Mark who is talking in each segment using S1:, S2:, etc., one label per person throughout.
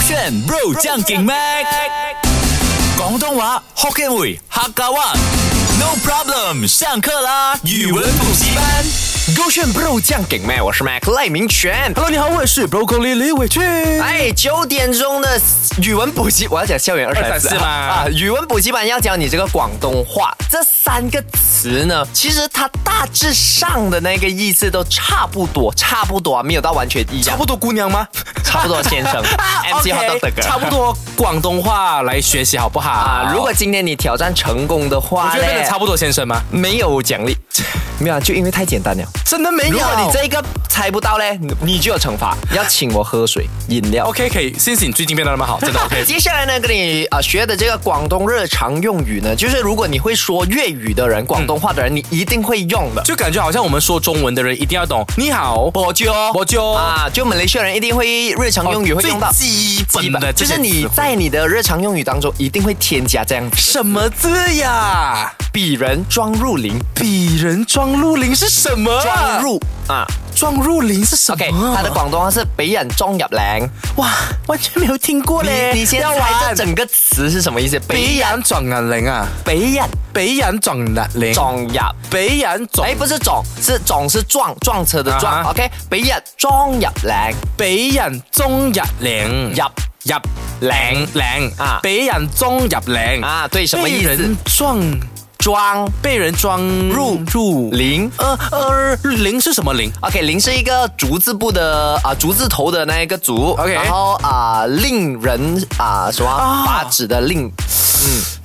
S1: 选 Bro 将劲 Mac，广东话 Hokkien 语客家话。No problem，上课啦！语文补习班。
S2: 勾选 Bro 酱给麦，我是 Mac 赖明全。
S3: Hello，你好，我是 Broccoli 李伟俊。
S2: 哎，九点钟的语文补习，我要讲校园二三四
S3: 234吗
S2: 啊，语文补习班要教你这个广东话，这三个词呢，其实它大致上的那个意思都差不多，差不多啊，没有到完全一
S3: 差
S2: 样
S3: 不，多姑娘吗？
S2: 差不多先 生，MC 号到
S3: OK，
S2: 这个，
S3: 差不多广东话来学习好不好？
S2: 啊。如果今天你挑战成功的
S3: 我
S2: 话
S3: 觉
S2: 嘞，
S3: 得真的差不多先生吗？
S2: 没有奖励， 没有啊，就因为太简单了。
S3: 真的没有。
S2: 如果你这个猜不到嘞，你你就有惩罚，要请我喝水、饮料。
S3: OK 可以，谢谢你最近变得那么好，真的 OK。
S2: 接下来呢，跟你啊、呃学的这个广东日常用语呢，就是如果你会说粤语的人、广东话的人，你一定会用的。
S3: 就感觉好像我们说中文的人一定要懂你好，
S2: 我就
S3: 我就
S2: 啊，就马来西亚人一定会日常用语会用到，
S3: 最基本的这
S2: 就
S3: 些
S2: 是
S3: 词汇，
S2: 你在你的日常用语当中一定会添加这样子，
S3: 什么字呀？
S2: 鄙人装入林，
S3: 鄙人装入林是什么？
S2: 装入啊。
S3: 装入林是什么
S2: OK，他的广东话是鄙人装入林。
S3: 哇，完全没有听过嘞。
S2: 你你先
S3: 要
S2: 猜这
S3: 玩
S2: 整个词是什么意思？
S3: 北
S2: 鄙人
S3: 洋转啊零啊，
S2: 鄙人
S3: 北洋转啊零，
S2: 装入。
S3: 北洋转
S2: 哎，不是撞，是撞是撞撞车的撞。
S3: 啊哈
S2: OK，鄙人装入林。
S3: 北洋中入零
S2: 入
S3: 入零零
S2: 啊
S3: 北洋中入零
S2: 啊，对，什么
S3: 被
S2: 意思
S3: 人？撞
S2: 装
S3: 被人装入入
S2: 零。
S3: 呃呃零是什么零？
S2: OK，零是一个竹字部的啊、竹字头的那一个竹
S3: OK
S2: 然后啊、令人啊、什么
S3: 啊
S2: 发指的令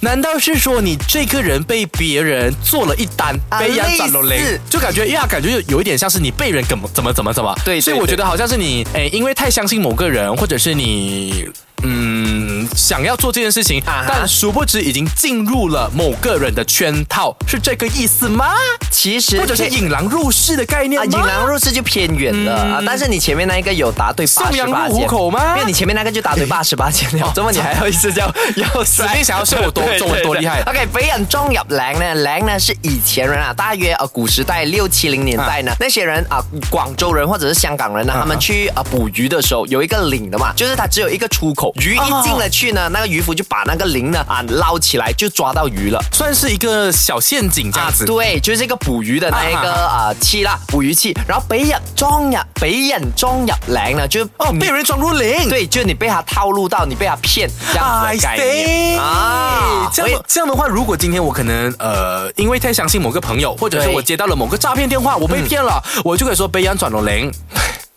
S3: 难道是说你这个人被别人做了一单，
S2: 啊
S3: 被人转了
S2: 类
S3: 零
S2: 似，
S3: 就感觉呀，感觉有有一点像是你被人怎么怎么怎么怎么，
S2: 对对
S3: 所以我觉得好像是你，哎，因为太相信某个人，或者是你。嗯，想要做这件事情
S2: 啊哈
S3: 但殊不知已经进入了某个人的圈套，是这个意思吗？
S2: 其实
S3: 或者是
S2: 可以
S3: 引狼入室的概念
S2: 啊，
S3: 吗？
S2: 引狼入室就偏远了、啊，但是你前面那一个有答对八
S3: 送
S2: 十
S3: 羊
S2: 八
S3: 入虎
S2: 件，
S3: 口吗哦
S2: 没有，你前面那个就答对八十八件了，怎么你还要一直叫要死
S3: 指定想要说 我多中文多厉害
S2: OK，北人中入梁呢，梁呢是以前人啊，大约啊古时代六七零年代呢，那些人啊，广州人或者是香港人呢，他们去啊捕鱼的时候有一个岭的嘛，就是它只有一个出口，鱼一进了去
S3: 啊
S2: 呢，那个渔夫就把那个鳞呢啊捞起来就抓到鱼了。
S3: 算是一个小陷阱这样子。
S2: 啊对，就是这个捕鱼的那一个啊器啦，捕鱼器。然后北人装入北人装入梁呢，就
S3: 哦，被人撞入零。
S2: 对，就你被他套路到，你被他骗这样子
S3: I
S2: 的概念
S3: see，
S2: 啊，
S3: 这
S2: 所以
S3: 样这样的话，如果今天我可能呃，因为太相信某个朋友，或者是
S2: 对嗯
S3: 我接到了某个诈骗电话，我被骗了，我就可以说北洋转六零，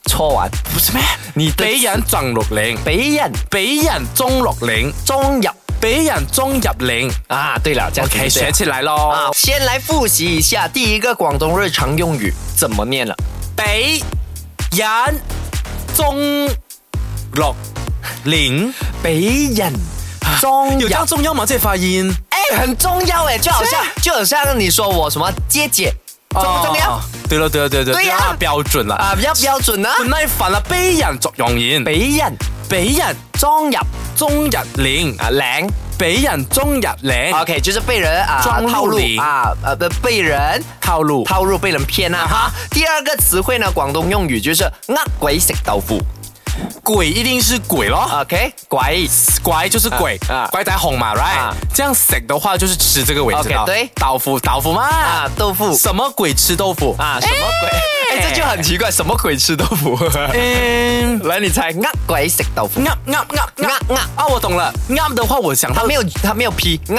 S2: 错完
S3: 不是咩？
S2: 你的
S3: 北洋转六零，
S2: 北人
S3: 北洋中六零，
S2: 中入
S3: 北洋中入零
S2: 啊，对了，这样子
S3: ，OK，
S2: 就对
S3: 学
S2: 了
S3: 起来喽。
S2: 啊，先来复习一下第一个广东日常用语怎么念了。
S3: 北洋中六零，
S2: 北人中
S3: 有
S2: 入
S3: 这，样重要吗？这发音
S2: 啊哎，很重要哎，就好像就好像你说我什么姐姐，重不重要
S3: 哦？对了，对了，对了，
S2: 对呀
S3: 这样标准了。
S2: 啊？比较标准呢。
S3: 不耐烦了，北洋作用言，
S2: 北人
S3: 北洋
S2: 中入
S3: 中日零，
S2: 啊，零。
S3: 北洋中日零
S2: OK，就是被人啊
S3: 装入
S2: 套路
S3: 领
S2: 啊，呃不被人
S3: 套路
S2: 套路被人骗啊哈。第二个词汇呢，广东用语就是呃鬼食豆腐
S3: 鬼一定是鬼咯，
S2: ，OK，鬼。
S3: 拐就是鬼
S2: 啊啊啊，
S3: 拐仔红嘛，right？
S2: 啊
S3: 这样食的话就是吃这个为止
S2: OK，
S3: 咯
S2: 对
S3: 豆腐豆腐嘛
S2: 啊，，豆腐
S3: 什么鬼吃豆腐？
S2: 啊，什么鬼？哎、这就很奇怪，什么鬼吃豆腐？
S3: 嗯，
S2: 来，你猜，呃鬼食豆腐，
S3: 鸭鸭鸭鸭
S2: 鸭鸭
S3: 啊，我懂了，鸭的话我想
S2: 他
S3: 到
S2: 没有，他没有 P，呃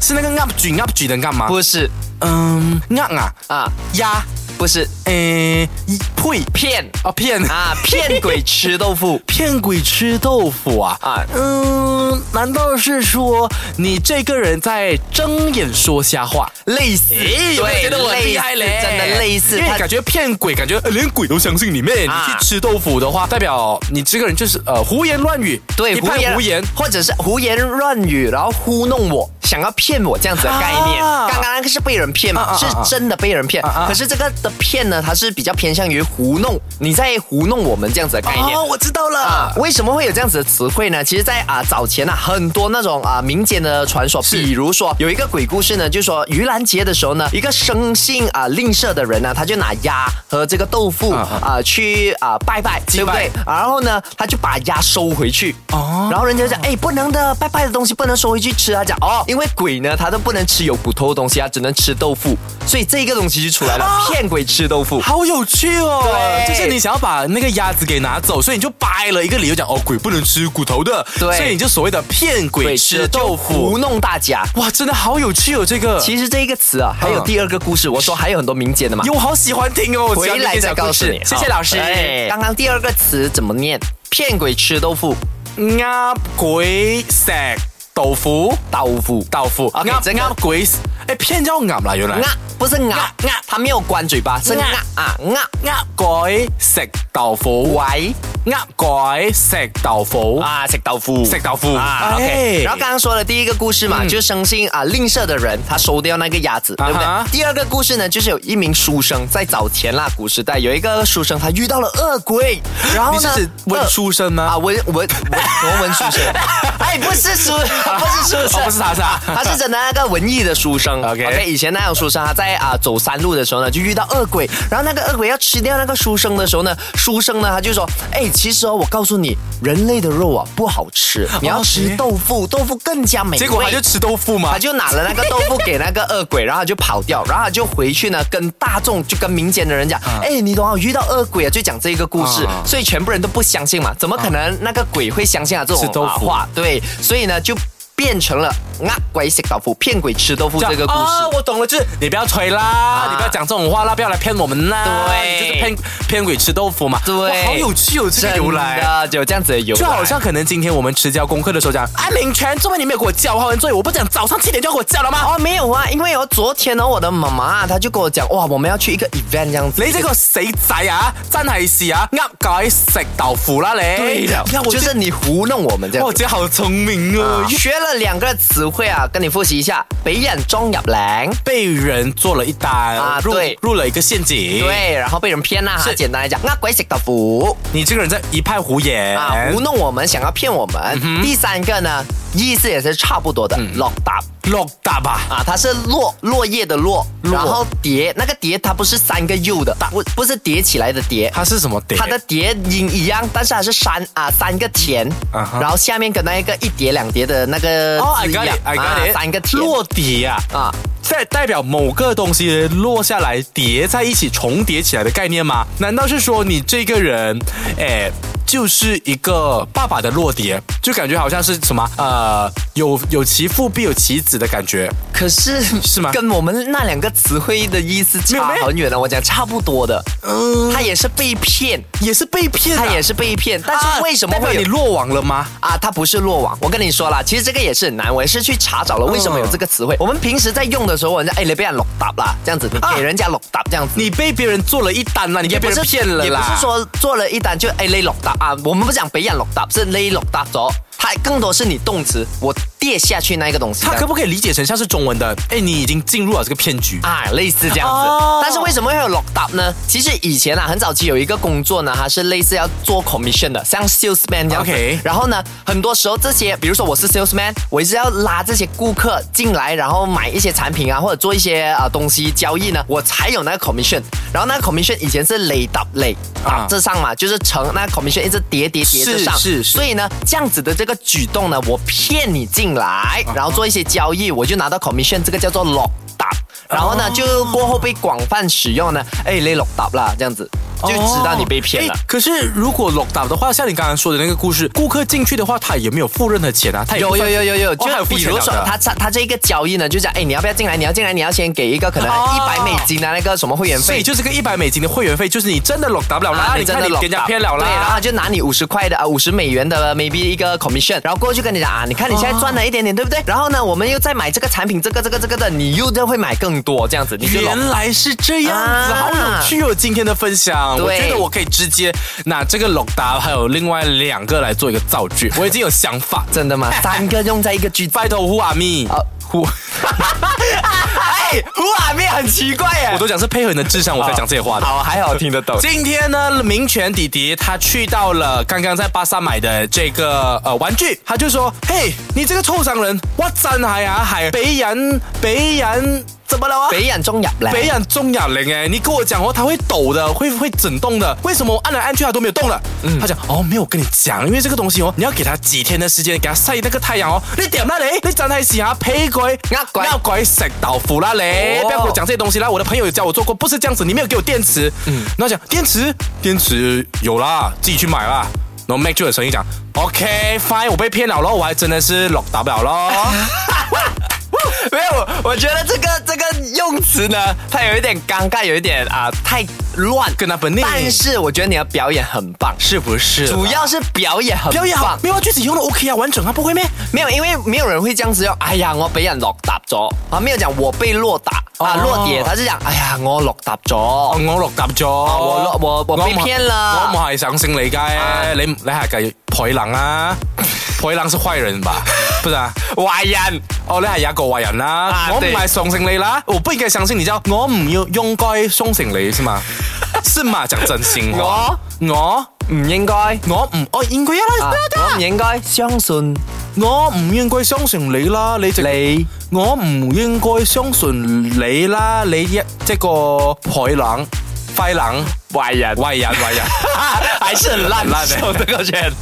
S3: 是那个鸭举鸭举的鸭吗？
S2: 不是
S3: 嗯，鸭啊，
S2: 啊，
S3: 鸭，
S2: 不是
S3: 诶，呸，
S2: 骗
S3: 哦骗。
S2: 啊，骗鬼吃豆腐
S3: 骗鬼吃豆腐啊！
S2: 啊
S3: 啊，嗯，难道是说你这个人在睁眼说瞎话？
S2: 类似，
S3: 有没有觉得我厉害嘞
S2: 类似，真的类似。
S3: 因为
S2: 他
S3: 感觉骗鬼，感觉呃连鬼都相信你妹。
S2: 啊
S3: 你去吃豆腐的话，代表你这个人就是呃胡言乱语，
S2: 对
S3: 一派胡言。
S2: 或者是胡言乱语，然后糊弄我想要骗我这样子的概念。
S3: 啊
S2: 刚刚那个是被人骗嘛，
S3: 啊啊啊
S2: 是
S3: 啊
S2: 真的被人骗。
S3: 啊
S2: 可是这个的骗呢，它是比较偏向于糊弄，你在糊弄我们这样子的概念。
S3: 哦，我知道了。
S2: 啊，为什么会有这样子的词汇呢？其实在，啊早前啊，很多那种啊民间的传说，比如说有一个鬼故事呢，就说盂兰节的时候呢，一个生性啊吝啬的人呢，他就拿鸭和这个豆腐啊
S3: 啊
S2: 去啊拜拜，对不对
S3: 拜？
S2: 然后呢，他就把鸭收回去，
S3: 哦
S2: 然后人家就讲，哎，不能的，拜拜的东西不能收回去吃啊，他讲哦，因为鬼呢，他都不能吃有骨头的东西，他只能吃豆腐，所以这个东西就出来了，
S3: 啊
S2: 骗鬼吃豆腐。
S3: 好有趣哦！
S2: 对
S3: 就是你想要把那个鸭子给拿走，所以你就掰了一个理由讲哦，鬼不能吃骨头的，
S2: 对
S3: 所以你就所谓的骗鬼吃豆
S2: 就糊
S3: 腐。
S2: 弄大家，
S3: 哇，真的好有趣哦！这个，
S2: 其实这一个词啊，还有第二个故事，我说还有很多民间的嘛。
S3: 哟我好喜欢听哦，我喜
S2: 回
S3: 欢
S2: 来
S3: 听
S2: 再
S3: 小
S2: 告
S3: 故
S2: 诉
S3: 事
S2: 你。。
S3: 谢
S2: 好
S3: 谢老师。
S2: 哎刚刚第二个词怎么念？骗鬼吃豆腐，
S3: 鸭鬼食豆腐，
S2: 豆腐，
S3: 豆腐，
S2: OK，
S3: 鸭
S2: 这个
S3: 鸭鬼食，哎，骗叫鸭啦，原来
S2: 啊。不是
S3: 啊
S2: 啊啊，它没有关嘴巴，是
S3: 啊
S2: 啊啊啊
S3: 鸭鬼食豆腐，
S2: 喂
S3: 鸭鬼食豆腐，
S2: 啊，食豆腐，
S3: 食豆腐
S2: 啊，OK。
S3: 哎
S2: 然后刚刚说的第一个故事嘛，就是生性啊吝啬的人，他收掉那个鸭子，对不对
S3: 啊哈？
S2: 第二个故事呢，就是有一名书生在早前啦，古时代有一个书生，他遇到了恶鬼，然后
S3: 你
S2: 呢
S3: 是指，文
S2: 恶
S3: 书生吗
S2: 啊，？文文文什么文书生？ 哎，不是书，不是书生，
S3: 哦
S2: 啊
S3: 不是他是他
S2: 他是真的那个文艺的书生。
S3: OK
S2: 以前那种书生，他在啊、走山路的时候呢，就遇到恶鬼，然后那个恶鬼要吃掉那个书生的时候呢，书生呢他就说，哎，其实哦，我告诉你，人类的肉啊不好吃，你要吃
S3: OK
S2: 豆腐，豆腐更加美味。
S3: 哦结果他就吃豆腐嘛
S2: 他。就拿了那个豆腐给那个恶鬼，然后他就跑掉，然后他就回去呢，跟大众就跟民间的人讲，哎、你懂啊，我遇到恶鬼啊，就讲这一个故事，
S3: 啊
S2: 所以全部人都不相信嘛，怎么可能那个鬼会相信啊这种
S3: 吃豆腐
S2: 啊话？对，所以呢就变成了啊鬼食豆腐，骗鬼吃豆腐这个故事。
S3: 啊，我懂了，就是你不要吹啦，你不要讲这种话啦，不要来骗我们啦，
S2: 啊
S3: 你
S2: 对
S3: 就是骗骗鬼吃豆腐嘛，
S2: 对
S3: 哇好有趣哦，这
S2: 真
S3: 个由来。
S2: 的有这样子的由来，
S3: 就好像可能今天我们迟交功课的时候讲，安林泉，做咩你没有给我交完作业？我不讲早上七点就要给我交了吗？
S2: 哦没有啊，因为哦昨天呢、我的妈妈啊她就跟我讲，哇我们要去一个 event 这样子，
S3: 你这个死仔啊，真系是啊，呃改食豆腐啦你。
S2: 对的
S3: 呀，我
S2: 就啊
S3: 就是是
S2: 哎你糊弄我们这样
S3: 我
S2: 子。
S3: 觉得好聪明哦，
S2: 学了两个词汇啊，跟你复习一下。俾人装入領，
S3: 被人做了一单，
S2: 啊
S3: 入
S2: 对
S3: 入了一个陷阱。，
S2: 对，然后被人骗啦、啊。
S3: 是
S2: 简单来讲，呃鬼食豆腐
S3: 你这个人在一派胡言
S2: 啊，糊弄我们，想要骗我们。
S3: 嗯
S2: 第三个呢，意思也是差不多的，落搭、
S3: 落大吧。
S2: 啊，它是落落叶的落，
S3: 落
S2: 然后叠那个叠，它不是三个 U 的，不不是叠起来的叠。
S3: 他是什么点？
S2: 它的叠音一样，但是它是三啊三个田
S3: 啊哈
S2: 然后下面跟那一个一叠两叠的那个
S3: 哦，I
S2: 字一
S3: got
S2: 样啊
S3: it，I got it，
S2: 三个田
S3: 落底啊，
S2: 啊，
S3: 代代表某个东西落下来叠在一起重叠起来的概念吗？难道是说你这个人，哎？就是一个爸爸的落碟，就感觉好像是什么呃，有有其父必有其子的感觉。
S2: 可是
S3: 是吗
S2: 跟我们那两个词汇的意思
S3: 没有
S2: 差
S3: 咩
S2: 很远了。我讲差不多的，
S3: 嗯，
S2: 他也是被骗，
S3: 也是被骗、啊，
S2: 他呃也是被骗，但
S3: 啊
S2: 是为什么
S3: 代表
S2: 会有
S3: 你落网了吗？
S2: 啊，它不是落网。我跟你说啦，其实这个也是很难，我也是去查找了为什么有这个词汇。我们平时在用的时候，人家哎，你被人 lock up 啦，这样子，你
S3: 啊
S2: 给人家 lock up 这样子。
S3: 你被别人做了一单了，你被
S2: 也
S3: 别
S2: 不是
S3: 人骗了啦。
S2: 也不是说做了一单就哎勒 lock up 啊，我们不讲被人 lock up，是勒 lock up 咗，它更多是你动词，我跌下去那一个东西。
S3: 他可不可以理解成像是中文的？哎，你已经进入了这个骗局。
S2: 啊，类似这样子。
S3: 哦
S2: 但是为什么会有 lock up 呢？其实以前啊，很早期有一个工作呢，它是类似要做 commission 的，像 salesman 这样子。
S3: OK
S2: 然后呢，很多时候这些，比如说我是 salesman，我一直要拉这些顾客进来，然后买一些产品啊，或者做一些啊、呃东西交易呢，我才有那个 commission。然后那个 commission 以前是累到累啊
S3: 啊，
S2: 这上嘛，就是乘那个 commission 一直叠叠叠着
S3: 是
S2: 上。
S3: 是是
S2: 所以呢，这样子的这个举动呢，我骗你
S3: 啊
S2: 进来，然后做一些交易，我就拿到 commission，这个叫做 lock up。然后
S3: 哦
S2: 呢，就过后被广泛使用呢，哎，你 lock up 啦，这样子
S3: 哦
S2: 就知道你被骗
S3: 诶。
S2: 了
S3: 哦哎可是如果 lock down 的话，像你刚刚说的那个故事，顾客进去的话，他也没有付任何钱啊，他也
S2: 有
S3: 不
S2: 有有有有，
S3: 哦还
S2: 就
S3: 有付
S2: 比
S3: 钱
S2: 如
S3: 了
S2: 说
S3: 的
S2: 他他他这一个交易呢，就讲哎，你要不要进来？你要进来，你要先给一个可能
S3: 哦
S2: 一百美金的那个什么会员
S3: 所以
S2: 费。
S3: 就是个一百美金的会员费，就是你真的 lock down 不了啦，
S2: 啊，
S3: 你
S2: 真
S3: 看
S2: 的
S3: 你
S2: lock
S3: 给人家
S2: up
S3: 骗了
S2: 对，然后
S3: 啦
S2: 他。就拿你五十块的啊，五十美元的 maybe 一个 commission，然后过去跟你讲啊，你看你现在赚了一点点，对不对？然后呢，我们又再买这个产品，这个这个这个的，你又就会买更多，这样子你就 lock
S3: 原来是这样子，
S2: 啊
S3: 好有趣哦！今天的分享，
S2: 对
S3: 我觉得我可以直接拿这个 lock down 还有另外两个来做一个造句，我已经有想法。
S2: 真的吗？三个用在一个句子。
S3: 拜托呼阿咪
S2: 啊，
S3: 胡，
S2: 哎，胡阿妹很奇怪耶
S3: 我都讲是配合你的智商，我才讲这些话的。
S2: 好，还好听得 懂。
S3: 今天呢，明权弟弟他去到了刚刚在巴萨买的这个呃玩具，他就说：“嘿，你这个臭商人，我真系啊，系俾人俾人怎么了啊？”
S2: 北人中入嚟，
S3: 北人中哑铃哎，你跟我讲哦，它会抖的，会会整动的。为什么我按来按去它都没有动了？ 他讲哦，没有跟你讲，因为这个东西哦，你要给它几天的时间，给它晒那个太阳哦。你点啦你，你真系是啊，屁鬼，
S2: 呃鬼
S3: 呃鬼食豆腐啦你，
S2: 哦
S3: 不要跟我讲这些东西啦。我的朋友有教我做过，不是这样子，你没有给我电池。嗯，然后讲电池，电池有啦，自己去买啦。然后 Mac 就很生气讲，OK fine，我被骗了咯，我还真的是 lock 打不了 咯。
S2: 没有，我我觉得这个这个用词呢，它有一点尴尬，有一点啊、太乱。
S3: 跟他本地
S2: 但是我觉得你的表演很棒，
S3: 是不是啦？
S2: 主要是表演很
S3: 表演好
S2: 棒，。
S3: 没有啊句子用的 OK 啊，完整啊，不会咩？
S2: 没有，因为没有人会这样子用。哎呀，我俾人落搭咗啊，没有讲我被落打啊，
S3: 哦
S2: 落碟，他是讲哎呀，我落搭
S3: 哦，
S2: 咗。
S3: 我落搭咗，
S2: 我落我我被騙啦
S3: 我唔係上升你嘅，你你係計陪狼啊？陪狼是壞人吧？不是啊，
S2: 坏人，
S3: 哦，你係有一個壞人啦
S2: 啊，
S3: 我唔
S2: 對
S3: 係相信你啦，我不應該相信你，之後我唔要應該相信你，是嘛？是嘛？講真心話，我
S2: 嗯唔应该。
S3: 我唔我應該啦
S2: 啊，我啊唔应该相信
S3: 我唔應該相信你啦，你直
S2: 你。
S3: 我唔應該相信你啦，你一即個陪狼，快狼，
S2: 坏人，
S3: 壞人壞人。
S2: 还是很烂
S3: 很烂
S2: 烂的，这个人。